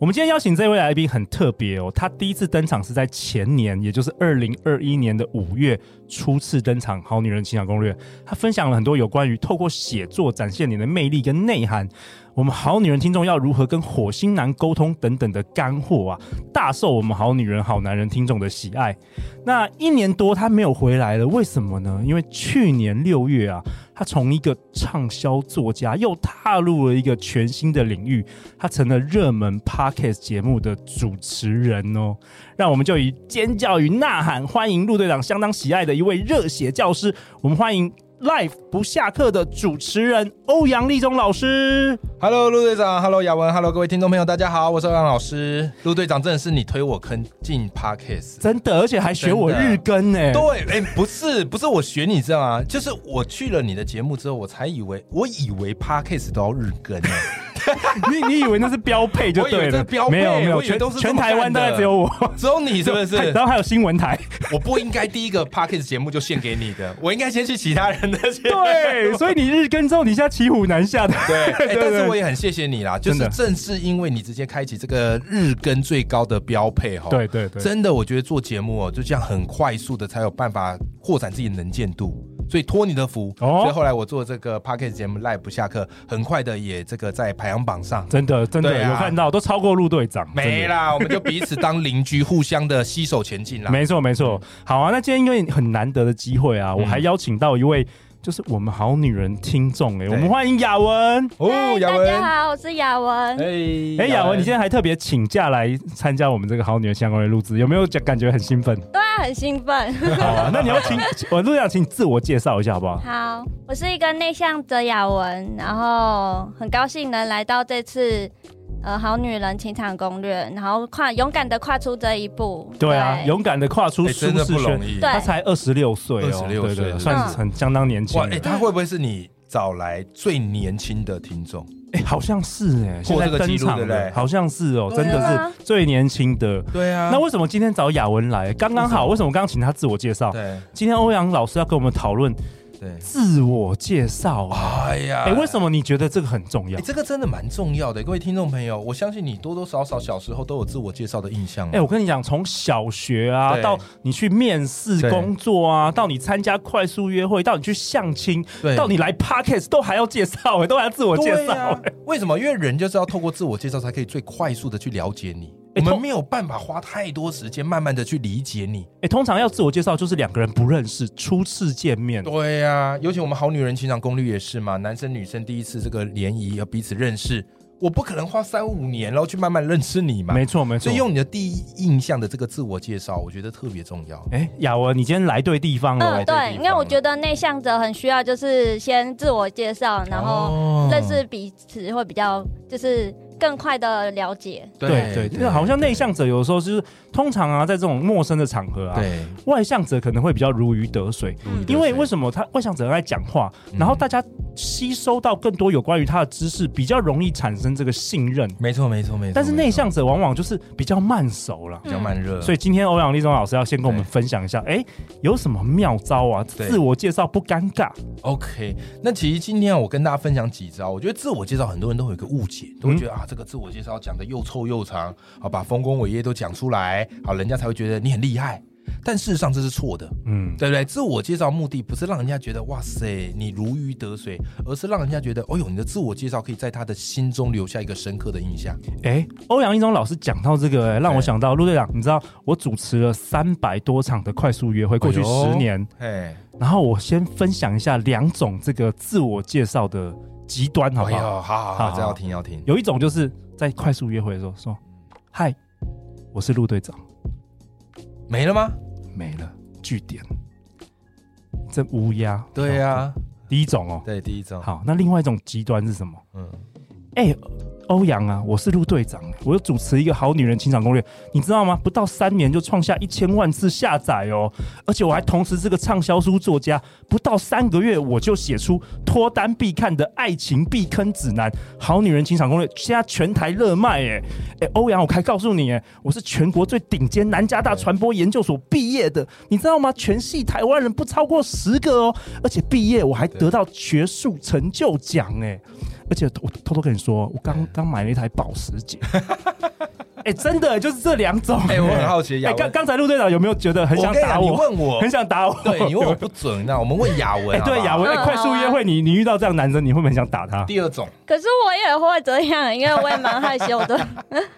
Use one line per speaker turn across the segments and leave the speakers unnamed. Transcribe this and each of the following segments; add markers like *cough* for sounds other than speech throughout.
我们今天邀请这位来宾很特别哦，他第一次登场是在前年，也就是二零二一年的五月初次登场《好女人情感攻略》。他分享了很多有关于透过写作展现你的魅力跟内涵，我们好女人听众要如何跟火星男沟通等等的干货啊，大受我们好女人、好男人听众的喜爱。那一年多他没有回来了，为什么呢？因为去年六月啊，他从一个畅销作家又踏入了一个全新的领域，他成了热门 podcast 节目的主持人哦。让我们就以尖叫与呐喊欢迎陆队长相当喜爱的一位热血教师，我们欢迎 Life 不下课的主持人欧阳立中老师。
Hello，陆队长，Hello，雅文，Hello，各位听众朋友，大家好，我是欧阳老师。陆队长真的是你推我坑进 Parkes，
真的，而且还学我日更呢、
对，哎、不是，不是我学你这样啊，就是我去了你的节目之后，我才以为，我以为 Parkes 都要日更、欸，
你你以为那是标配 *laughs* 就
我以为
对
这
了？
是标配
没有没有，
我以为
全
都是这
全
么
台湾
干的
大概只有我。
只有
*laughs*
你是不是？
然后还有新闻
*laughs*
台，
我不应该第一个 Parkes 节目就献给你的，我应该先去其他人的
*laughs*
节目。
对，所以你日更之后，你现在骑虎难下的。
对，哎
*laughs* 对
但是
对
我也很谢谢你啦，就
真
是
的
正是因为你直接开启这个日更最高的标配哈，
对对对
真的我觉得做节目哦，就这样很快速的才有办法扩展自己的能见度。所以托你的福，
哦
所以后来我做这个 p o d c a s t 节目 Live 不下课，很快的也这个在排行榜上。
真的真的
对啊
有看到，都超过陆队长，真
没
的。
啦，我们就彼此当邻居，互相的携手前进啦。嗯
没错没错，好啊，那今天因为很难得的机会啊，我还邀请到一位就是我们好女人听众哎、
对
我们欢迎雅文。
哦，雅文，
好，我是雅文。
哎
哎，雅文，你今
在
天还特别请假来参加我们这个好女人相关的录制，有没有感觉很兴
*laughs*
奋？
对啊，很兴奋。
好啊，那你要请我陆队长，请你自我介绍一下好不好？
好，我是一个内向的雅文，然后很高兴能来到这次呃《好女人情场攻略》，然后跨勇敢的跨出这一步。
对啊，勇敢的跨出舒
哎真的
适
不
圈
容。易。
对
他才二十六岁哦，
26
对对
岁
对
嗯
算是很相当年轻
哇，
了。
哎，他会不会是你找来最年轻的听众？
哎、好像是哎、现
破
在
这个
登
纪录
场
对不对
了，好像是哦、
对
真
啊
的是最年轻的。
对啊
那为什么今天找雅文来？刚刚好，为什么刚刚请他自我介绍？
对
今天欧阳老师要跟我们讨论
对，
自我介绍啊。
哎呀，
哎、为什么你觉得这个很重要
哎、？这个真的蛮重要的，各位听众朋友，我相信你多多少少小时候都有自我介绍的印象。啊
哎、我跟你讲，从小学啊，
对
到你去面试
对
工作啊，到你参加快速约会，到你去相亲，
对
到你来 podcast 都还要介绍哎、都还要自我介
对
绍、
啊
哎
为什么？因为人就是要透过自我介绍，才可以最快速的去了解你。
哎
我们
通
没有办法花太多时间，慢慢的去理解你。
哎、通常要自我介绍就是两个人不认识，初次见面。
对呀、尤其我们好女人情场攻略也是嘛，男生女生第一次这个联谊要彼此认识，我不可能花三五年然后去慢慢认识你嘛。
没错，没错。
所以用你的第一印象的这个自我介绍，我觉得特别重要。
哎，雅文，你今天来对地方了。欸
嗯，对，因为我觉得内向者很需要，就是先自我介绍，然后
哦
认识彼此会比较，就是更快的了解。
对对，对好像内向者有时候就是通常啊，在这种陌生的场合啊，
对，
外向者可能会比较如鱼得水。
嗯
因为为
么？
什么他外向者很爱讲话，然后大家吸收到更多有关于他的知识，比较容易产生这个信任。
没错没错没错。
但是
没错
内向者往往就是比较慢熟了。
比较慢热，
所以今天欧阳立中老师要先跟我们
对
分享一下，哎，有什么妙招啊？
对
自我介绍不尴尬，
OK，那其实今天我跟大家分享几招，我觉得自我介绍很多人都有一个误解，都会
嗯
觉得、啊，这个自我介绍讲的又臭又长，好把丰功伟业都讲出来，好人家才会觉得你很厉害。但事实上这是错的，
嗯，
对不对？自我介绍目的不是让人家觉得哇塞你如鱼得水，而是让人家觉得，哦呦，你的自我介绍可以在他的心中留下一个深刻的印象。
哎，欧阳一中老师讲到这个、哎让
哎
我想到陆队长，你知道我主持了三百多场的快速约会，过去
哎呦
十年，
哎，
然后我先分享一下两种这个自我介绍的极端，好不
哎呦，
好？
好好
好
好，这要听要听。
有一种就是在快速约会的时候说：“嗨，我是陆队长。
没了吗？”
没了，据点。这乌鸦。
对呀、
好第一种哦。
对，第一招。
好，那另外一种极端是什么？
嗯，
哎，欧阳啊，我是陆队长，我又主持一个《好女人情场攻略》，你知道吗？不到三年就创下一千万次下载哦，而且我还同时是个畅销书作家，不到三个月我就写出脱单必看的爱情避坑指南《好女人情场攻略》，现在全台热卖耶！哎，欧阳，我还告诉你，哎，我是全国最顶尖南加大传播研究所毕业的，你知道吗？全系台湾人不超过十个哦，而且毕业我还得到学术成就奖，哎。而且我偷偷跟你说，我刚刚买了一台保时捷。 *laughs* 哎、真的就是这两种、
哎我很好奇
*laughs* 哎、
雅文
刚刚才陆队长有没有觉得很想
我跟你
打
讲
我？
你问
*laughs*
我
很想打我。
对你问我不准，那我们问雅
*laughs* 哎、
文。
对，雅
好不
文，
好
哎、
嗯
快速约会，你你遇到这样的男生，你会不会很想打他？
第二种，
可是我也会这样，因为我也蛮害羞的。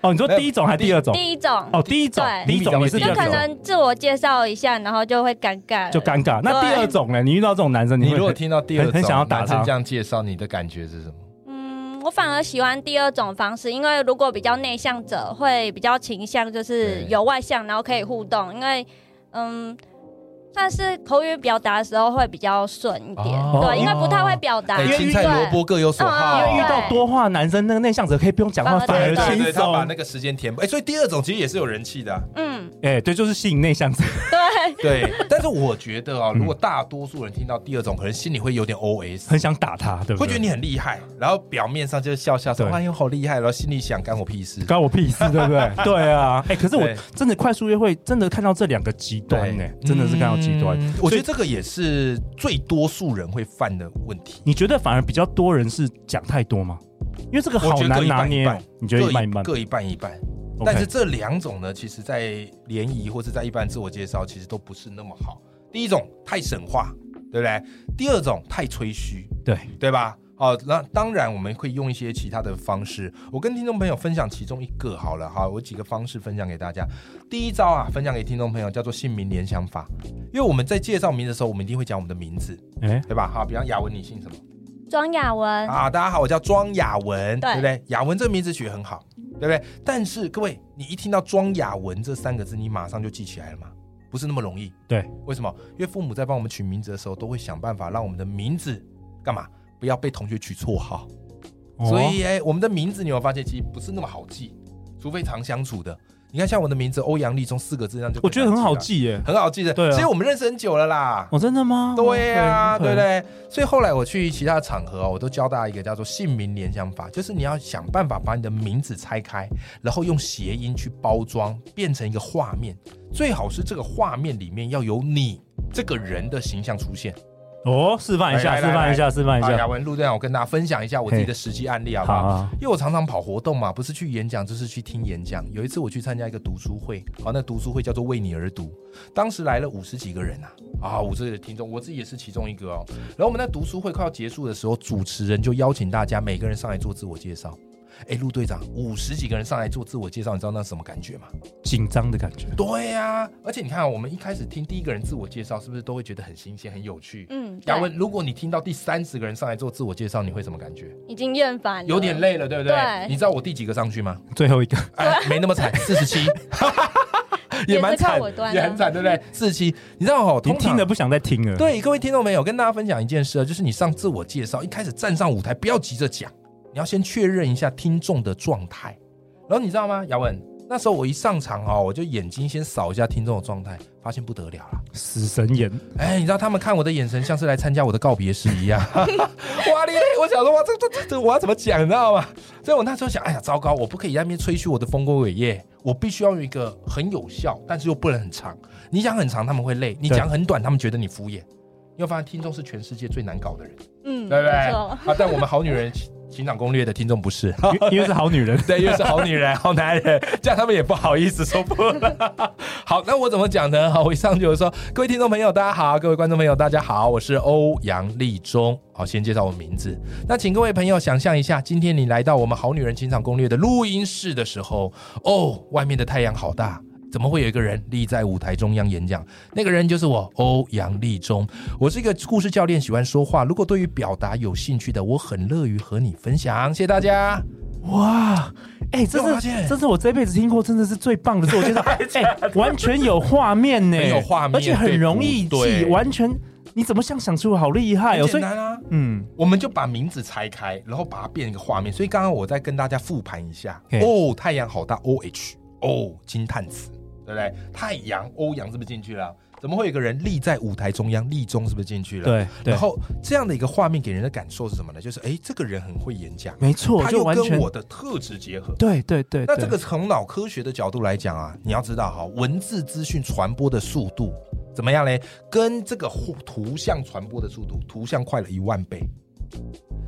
哦，你说
没有
第一种还是第二种？
*laughs* 第一种，
哦，第一种，
对
第一种你是
第
这
就
一种
样
可
子，哦
能自我介绍一下，然后就会尴尬了，
就尴尬。那第二种呢？你遇到这种男生，
你
会
如果听到第二
很很
种，
想要打
男生
他
这样介绍，你的感觉是什么？
嗯，我反而喜欢第二种方式，因为如果比较内向者会比较倾向就是
对
有外向，然后可以互动，因为嗯，算是口语表达的时候会比较顺一点，
哦
对，因为不太会表达，
哎，
因为
青菜
对
萝卜各有所好，
嗯因为
遇
遇
到多话男生，那个内向者可以不用讲话，
反
反
而
而
对
轻
对，他把
松
那。个时间填补。哎，所以第二种其实也是有人气的啊。
嗯，
哎，对，就是吸引内向者。 *laughs*
*laughs*
对，
对，但是我觉得啊，
嗯
如果大多数人听到第二种，可能心里会有点 OS，
很想打他，对不对？
会觉得你很厉害，然后表面上就是笑笑说
对
哎呦好厉害，然后心里想干我屁事。
关我屁事，对不 *laughs* 对？对啊，哎、可是我
对
真的快速约会，真的看到这两个极端呢、真的是看到极端。
嗯我觉得这个也是最多数人会犯的问题，
你觉得反而比较多人是讲太多吗？因为这个
我
好
觉得各
难
一半
拿捏
一
哦、
半
你觉得
各
一半一半
各一半一半。
o
但是这两种呢，其实在联谊或是在一般自我介绍，其实都不是那么好。第一种太神话，对不对？第二种太吹嘘，
对
对吧？好，那当然我们会用一些其他的方式。我跟听众朋友分享其中一个好了，哈，我几个方式分享给大家。第一招啊，分享给听众朋友叫做姓名联想法，因为我们在介绍名字的时候，我们一定会讲我们的名字，
哎、
对吧？好，比方雅文，你姓什么？
庄雅文，
啊，大家好，我叫庄雅文，
对
对不对？雅文这个名字取得很好，对不对？但是各位，你一听到庄雅文这三个字，你马上就记起来了吗？不是那么容易。
对，
为什么？因为父母在帮我们取名字的时候，都会想办法让我们的名字干嘛？不要被同学取绰号。
哦
所以，哎，我们的名字你有没有发现，其实不是那么好记，除非常相处的。你看，像我的名字欧阳立中四个字，这样就
我觉得很好
了，
记耶、
很好记的。
对啊
所以我们认识很久了啦。
哦，真的吗？
对呀、
OK，OK
对不？对？所以后来我去其他的场合、哦，我都教大家一个叫做姓名联想法，就是你要想办法把你的名字拆开，然后用谐音去包装，变成一个画面，最好是这个画面里面要有你这个人的形象出现。
哦，示范一下，
来
示
来
范一下，示范一
啊，
下
雅。文陆队长，我跟大家分享一下我自己的实际案例好不
好
好？
啊，
因为我常常跑活动嘛，不是去演讲就是去听演讲。有一次我去参加一个读书会，好，那读书会叫做“为你而读”，当时来了五十几个人啊，啊，五十个听众，我自己也是其中一个哦。然后我们在读书会快要结束的时候，主持人就邀请大家每个人上来做自我介绍。哎，陆队长，五十几个人上来做自我介绍，你知道那是什么感觉吗？
紧张的感觉。
对呀、而且你看啊、我们一开始听第一个人自我介绍，是不是都会觉得很新鲜、很有趣？
嗯，
雅
对，
文，如果你听到第三十个人上来做自我介绍，你会什么感觉？
已经厌烦了，
有点，累了，对不
呃对
你知道我第几个上去吗？
最后一个，
哎，没那么惨，四
*laughs*
十七，也蛮
啊也是靠
惨
我端，啊
也很惨，对不对？四十七，你知道哦，
你
通
听
常
了不想再听了。，
对各位听众朋友，跟大家分享一件事啊，就是你上自我介绍，一开始站上舞台，不要急着讲，你要先确认一下听众的状态。然后你知道吗，雅文？那时候我一上场哦，我就眼睛先扫一下听众的状态，发现不得了了。
死神眼，
哎，你知道他们看我的眼神像是来参加我的告别式一样。 *laughs* 哇你嘞！我想说，哇，这这这这，我要怎么讲，你知道吗？所以我那时候想，哎呀，糟糕，我不可以在那边吹嘘我的丰功伟业，我必须要用一个很有效，但是又不能很长。你讲很长，他们会累；你
对
讲很短，他们觉得你敷衍。你会发现，听众是全世界最难搞的人，
嗯，
对不对？
没错
啊，但我们好女人 *laughs* 情情场攻略的听众不是。
因为因为是好女人。
对，又是好女人、 *laughs* 好男人，这样他们也不好意思说不 *laughs* 了。好，那我怎么讲呢？好，我一上去我说，各位听众朋友，大家好；各位观众朋友，大家好，我是欧阳立中。好，先介绍我名字。那请各位朋友想象一下，今天你来到我们《好女人情场攻略》的录音室的时候，哦，外面的太阳好大。怎么会有一个人立在舞台中央演讲？那个人就是我，欧阳立中。我是一个故事教练，喜欢说话。如果对于表达有兴趣的，我很乐于和你分享。谢谢大家。
*laughs* 哇，哎、
有
这
发
是
现
这是我这辈子听过真的是最棒的 *laughs* 自我介绍，哎、完全有画面呢、
很有画面
而且很容易
对
记，
对
完全你怎么想想出好厉害哦？
很
所
简
以，
单啊。
嗯，
我们就把名字拆开，然后把它变一个画面。所以刚刚我再跟大家复盘一下
嘿，
哦，太阳好大，O H，哦，惊叹词，对不对？太阳，欧阳是不是进去了？怎么会有一个人立在舞台中央？立中是不是进去了？。
对对
然，后这样的一个画面给人的感受是什么呢？就是哎，这个人很会演讲，
没错，
他
就
又
完全
跟我的特质结合。
对对对。
那
对
这个从脑科学的角度来讲啊，你要知道哈，文字资讯传播的速度怎么样嘞？跟这个互图像传播的速度，图像快了一万倍。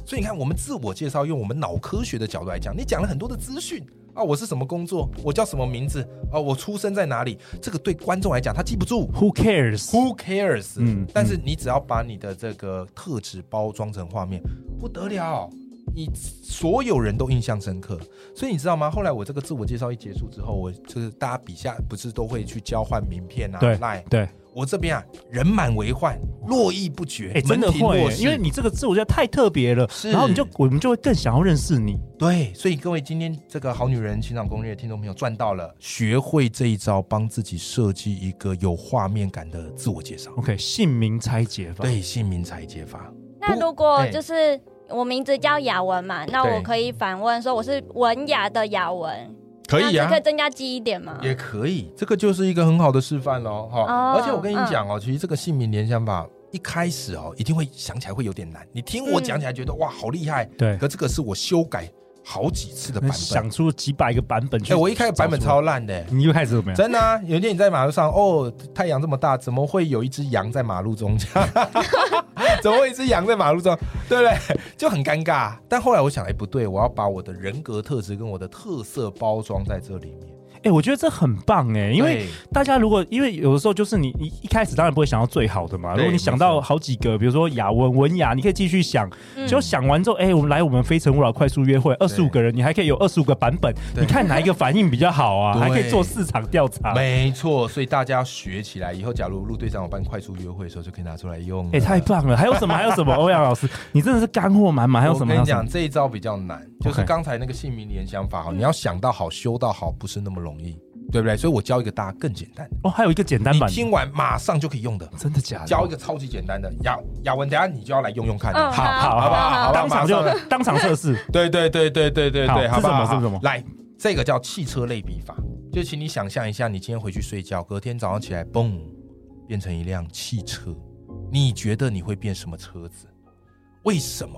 所以你看，我们自我介绍用我们脑科学的角度来讲，你讲了很多的资讯啊，我是什么工作，我叫什么名字啊，我出生在哪里，这个对观众来讲他记不住。
Who cares？
Who cares？
嗯
但是你只要把你的这个特质包装成画面，不得了，你所有人都印象深刻。所以你知道吗？后来我这个自我介绍一结束之后，我就是大家笔下不是都会去交换名片啊，
对
赖
对，
我这边啊，人满为患，络绎不绝，
哎，真的
门庭
会
若
耶，
市
因为你这个字我觉得太特别了，
是
然后你就我们就会更想要认识你。
对，所以各位今天这个好女人情场攻略的听众朋友赚到了，学会这一招，帮自己设计一个有画面感的自我介绍。
OK，姓名拆解法。
对，姓名裁解法。
那如果
哎
就是我名字叫雅文嘛，那我
对
可以反问说我是文雅的雅文，这样子可以啊增加记忆点吗？
啊
啊
也可以，这个就是一个很好的示范喽，哈、
哦
而且我跟你讲
嗯
哦，其实这个姓名联想法一开始哦，一定会想起来会有点难。你听我讲起来觉得、哇，好厉害，
嗯对，
可这个是我修改好几次的版本
想。出几百个版本去。
哎、我一开始版本超，烂的、
你又开始怎么样？
真的啊！有一天你在马路上，哦，太阳这么大，怎么会有一只羊在马
*laughs*
路中间？怎么会有一只羊在马路中？对不对？就很尴尬。但后来我想，哎、不对，我要把我的人格特质跟我的特色包装在这里面，
哎，我觉得这很棒哎，因为
对
大家如果因为有的时候就是你一一开始当然不会想到最好的嘛，
对
如果你想到
没错
好几个，比如说雅文、文雅，你可以继续想，
嗯
就想完之后，哎、我们来我们非诚勿扰快速约会，二十五个人，你还可以有二十五个版本，
对
你看哪一个反应比较好啊？
对
还可以做市场调查。哎、
没错，所以大家要学起来。以后假如陆队长有办快速约会的时候，就可以拿出来用了。
哎太棒了！还有什么？还有
*laughs*
什么？欧阳老师，你真的是干货满满。还有什
我
么？还有
跟你
什么
讲，？这一招比较难，就是
OK
刚才那个姓名联想法哈，你要想到好，修到好，不是那么容易，对不对？所以我教一个大家更简单的，
哦，还有一个简单
你
版的，
听完马上就可以用的。
真的假
教
的？
一个超级简单的，雅雅文，等一下你就要来用用看。
嗯
好好
好不好？好不好
当场就
马上
当场测试。
对对对对对对
好
对，好不好？
是什么是什么
来，这个叫汽车类比法，就请你想象一下，你今天回去睡觉，隔天早上起来，嘣，变成一辆汽车，你觉得你会变什么车子？为什么？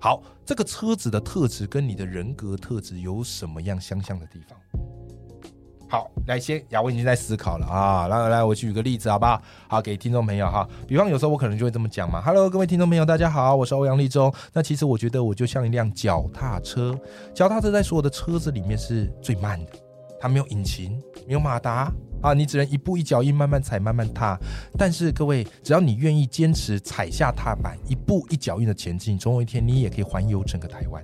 好，这个车子的特质跟你的人格特质有什么样相像的地方？好，来先雅文已经在思考了啊，来来，我举个例子好不好？好，给听众朋友哈，比方有时候我可能就会这么讲嘛，Hello，各位听众朋友，大家好，我是欧阳立中。那其实我觉得我就像一辆脚踏车，脚踏车在所有的车子里面是最慢的，它没有引擎，没有马达啊，你只能一步一脚印慢慢踩，慢慢踏。但是各位，只要你愿意坚持踩下踏板，一步一脚印的前进，总有一天你也可以环游整个台湾。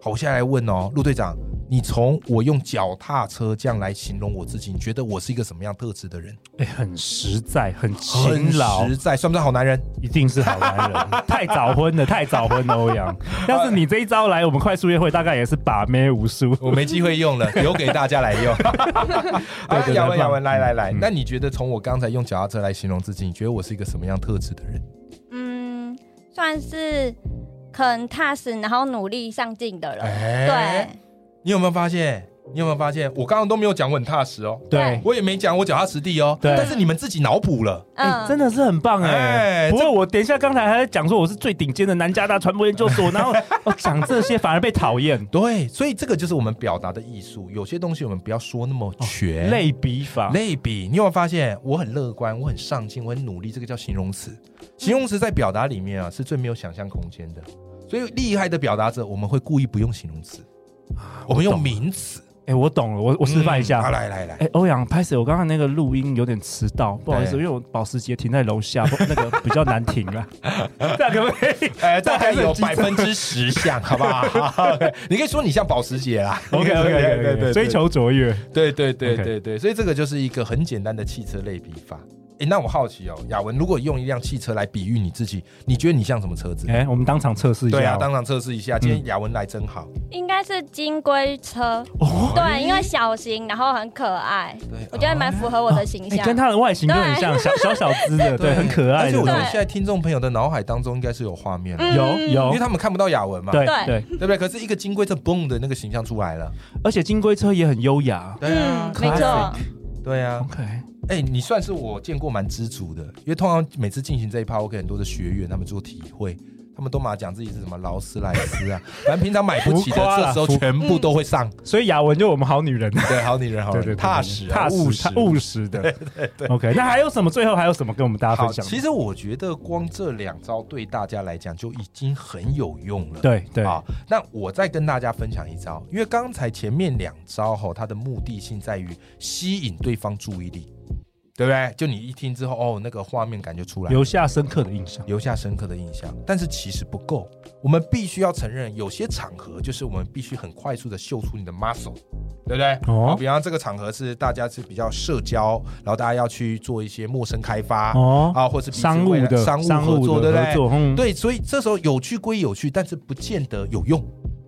好，我现在来问哦，陆队长，你从我用脚踏车这样来形容我自己，你觉得我是一个什么样特质的人？
哎、很实在，很
很
勤劳，
实在，算不算好男人？
一定是好男人。太早婚了，太早婚了，欧
*laughs*
阳。要是你这一招来，我们快速约会大概也是把妹无数。
*laughs* 我没机会用 *laughs* 了，留给大家来 *laughs* 用。
对
啊
对
雅文，
对
雅文，来来来，
嗯
那你觉得从我刚才用脚踏车来形容自己，你觉得我是一个什么样特质的人？
嗯，算是肯踏实，然后努力上进的人。
哎，你有没有发现？你有没有发现？我刚刚都没有讲我很踏实哦，
对
对，
我也没讲我脚踏实地哦，
对
但是你们自己脑补了。
对，
哎、真的是很棒哎、
哎
不过我等一下刚才还在讲说我是最顶尖的南加大传播研究所，然后
*laughs*
我讲这些反而被讨厌。
对，所以这个就是我们表达的艺术。有些东西我们不要说那么全。
类比法，
类比，你有没有发现我很乐观，我很上进，我很努力，这个叫形容词。形容词在表达里面啊，是最没有想象空间的。所以厉害的表达者，我们会故意不用形容词，我们用名词。
哎、我懂了，我我示范一下。
嗯好，来来来，
哎，欧阳，拍摄，我刚刚那个录音有点迟到，不好意思，因
对
为我保时捷停在楼下，不那个比较难停
*laughs*
啊。这样可不可以？
哎，大概
还是很
有
机智
百分之十 *laughs* 像，好不好？你可以说你像保时捷 *laughs* 啦。
OK OK
对
OK
对
OK，
对，
追求卓越。
对对对
OK
对对，所以这个就是一个很简单的汽车类比法。哎，那我好奇哦，雅文，如果用一辆汽车来比喻你自己，你觉得你像什么车子？
哎、我们当场测试一下哦、嗯
对啊，当场测试一下。今天雅文来真好，
应该是金龟车，
哦，
对，因为小型，然后很可爱，
对
我觉得蛮符合我的形
哦
你、
哎
象。
跟它的外形都很像，小小小只的，对，很可爱
而且我觉得
的，
对
现在听众朋友的脑海当中应该是有画面了，
嗯
有
因
有
为，他们看不到雅文
哦
嘛，
对
对
对，
对不对？可是一个金龟这嘣的那个形象出来了，
而且金龟车也很优雅。
对啊，
嗯没
classic
错，
对啊，
OK，
哎、你算是我见过蛮知足的，因为通常每次进行这一趴，我给很多的学员他们做体会，他们都嘛讲自己是什么劳斯莱
*laughs*
斯啊，反正平常买不起的，
浮夸啦
这时候
浮
全部都会上。
所以雅文就我们好女人，
对，好女人，好
对
女
对，对
人，踏实啊、
踏实
务实、
踏务实的。OK，那还有什么？最后还有什么跟我们大家
啊好，
分享的？
其实我觉得光这两招对大家来讲就已经很有用了。
对对，
啊，那我再跟大家分享一招，因为刚才前面两招哈，它的目的性在于吸引对方注意力，对不对？就你一听之后，哦，那个画面感就出来了，
留下深刻的印象。
留下深刻的印象。但是其实不够，我们必须要承认，有些场合就是我们必须很快速的秀出你的 muscle，对不对？
哦
哦，比方这个场合是大家是比较社交，然后大家要去做一些陌生开发。
哦，
啊，或是彼此
商务
未来
的
商务合作，对
的合
不对？
作，嗯，
对，所以这时候有趣归有趣，但是不见得有用。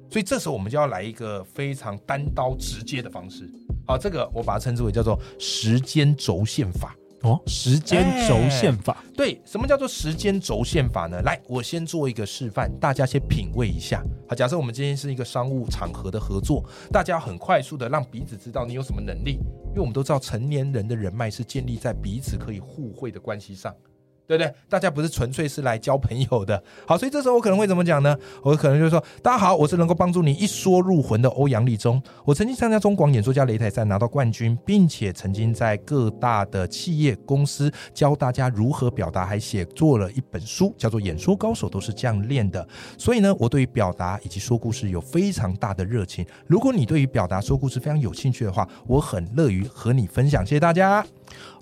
所以这时候我们就要来一个非常单刀直接的方式。好，这个我把它称之为叫做时间轴线法。
哦，时间轴线法，
对，什么叫做时间轴线法呢？来，我先做一个示范，大家先品味一下。好，假设我们今天是一个商务场合的合作，大家很快速的让彼此知道你有什么能力，因为我们都知道成年人的人脉是建立在彼此可以互惠的关系上。对不对？大家不是纯粹是来交朋友的。好，所以这时候我可能会怎么讲呢？我可能就说：“大家好，我是能够帮助你一说入魂的欧阳立中。我曾经参加中广演说家擂台赛拿到冠军，并且曾经在各大的企业公司教大家如何表达，还写作了一本书，叫做《演说高手都是这样练的》。所以呢，我对于表达以及说故事有非常大的热情。如果你对于表达、说故事非常有兴趣的话，我很乐于和你分享。谢谢大家。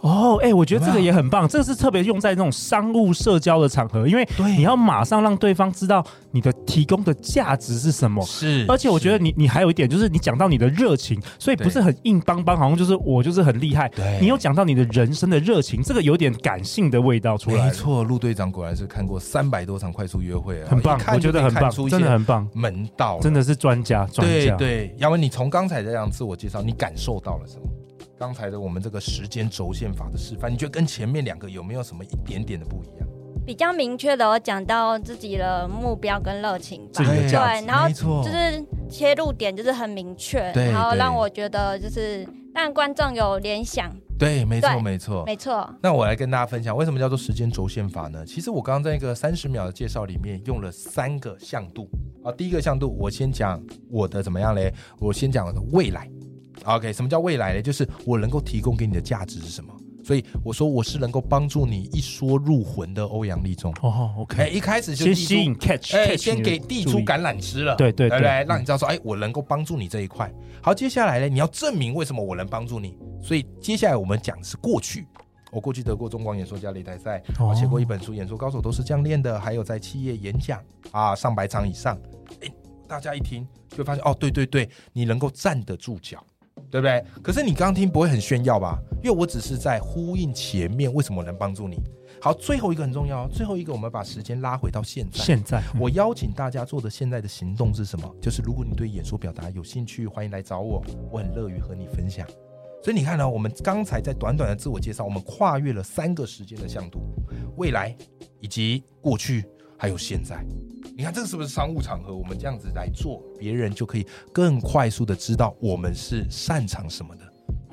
哦，哎、我觉得这个也很棒，这个是特别用在那种商务社交的场合，因为
对
你要马上让对方知道你的提供的价值是什么。
是
而且我觉得你你还有一点就是你讲到你的热情，所以不是
对
很硬邦邦，好像就是我就是很厉害。
对
你有讲到你的人生的热情，这个有点感性的味道出来
没
了，
错，陆队长果然是看过三百多场快速约会啊，
很棒
一，看
我觉得
就可以
很
看
棒，
出一
真的
些
很棒，
门道了，
真的是专家专
对
家。
对。杨文，你从刚才这样自我介绍，你感受到了什么？刚才的我们这个时间轴线法的示范，你觉得跟前面两个有没有什么一点点的不一样？
比较明确的，我讲到自己的目标跟热情吧
自。己的价
对，然后
没错，
就是切入点就是很明确，
哦对
然后
对
让我觉得就是让观众有联想，
对，没错，
对
没错。
没错，
那我来跟大家分享，为什么叫做时间轴线法呢？其实我刚刚在一个三十秒的介绍里面用了三个向度啊。第一个向度，我先讲我的怎么样嘞？我先讲我的未来。OK，什么叫未来呢？就是我能够提供给你的价值是什么？所以我说我是能够帮助你一说入魂的欧阳立中。
哦，OK，
哎，一开始就
先
递出
吸引 catch，
哎，
catch
先
你的
给递
注
出
意，
橄榄枝了，
对对
对不
对嗯
对？让你知道说，哎，我能够帮助你这一块。好，接下来呢，你要证明为什么我能帮助你。所以接下来我们讲的是过去。我过去得过中广演说家擂台赛，
哦
我写过一本书《演说高手》，都是这样练的。还有在企业演讲啊，上百场以上，哎，大家一听就会发现，哦，对对对，你能够站得住脚，对不对？可是你刚听不会很炫耀吧？因为我只是在呼应前面为什么我能帮助你。好，最后一个很重要，最后一个我们把时间拉回到现在。
现在
我邀请大家做的现在的行动是什么？就是如果你对演说表达有兴趣，欢迎来找我，我很乐于和你分享。所以你看呢、我们刚才在短短的自我介绍，我们跨越了三个时间的向度，未来以及过去，还有现在。你看这个是不是商务场合？我们这样子来做，别人就可以更快速的知道我们是擅长什么的。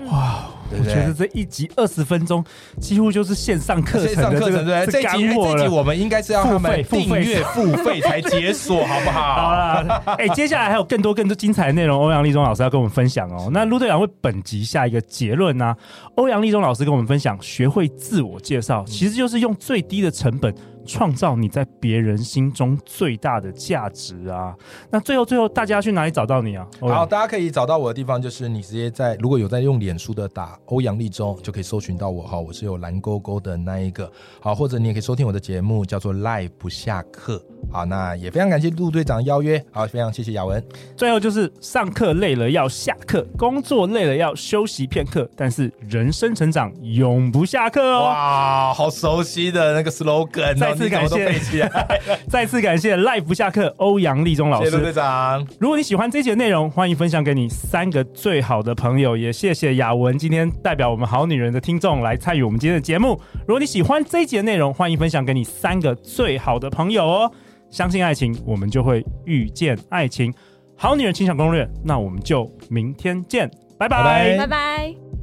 哇，
对
我
不
觉
对
得这一集二十分钟几乎就是线上课
线
程
上
的
课
这
程对
个
不对？这
干
集哎
货
这集
了。
我们应该是要他们
付费
订
付费
阅付费才解锁，好不
好
好？啊
啦，哎、接下来还有更多更多精彩的内容，欧阳立中老师要跟我们分享哦。那陆队长会本集下一个结论呢、欧阳立中老师跟我们分享，学会自我介
嗯
绍，其实就是用最低的成本创造你在别人心中最大的价值啊。那最后最后，大家要去哪里找到你啊？欧阳
好，，大家可以找到我的地方，就是你直接在如果有在用脸书的打欧阳立中，就可以搜寻到我哈，我是有蓝勾勾的那一个，好，或者你也可以收听我的节目，叫做 Live 不下课，好，那也非常感谢陆队长的邀约，好，非常谢谢雅文。
最后就是上课累了要下课，工作累了要休息片刻，但是人生成长永不下课哦。
哇，好熟悉的那个 slogan，哦
再次
你怎么都
感谢
背起
*laughs*
来，
再次感谢 Live 不下课欧阳立中老
谢谢陆
师。
队长。
如果你喜欢这一节内容，欢迎分享给你三个最好的朋友。也谢谢雅文今天代表我们好女人的听众来参与我们今天的节目。如果你喜欢这一节内容，欢迎分享给你三个最好的朋友哦。相信爱情，我们就会遇见爱情。好女人情场攻略，那我们就明天见，拜
拜拜
拜拜。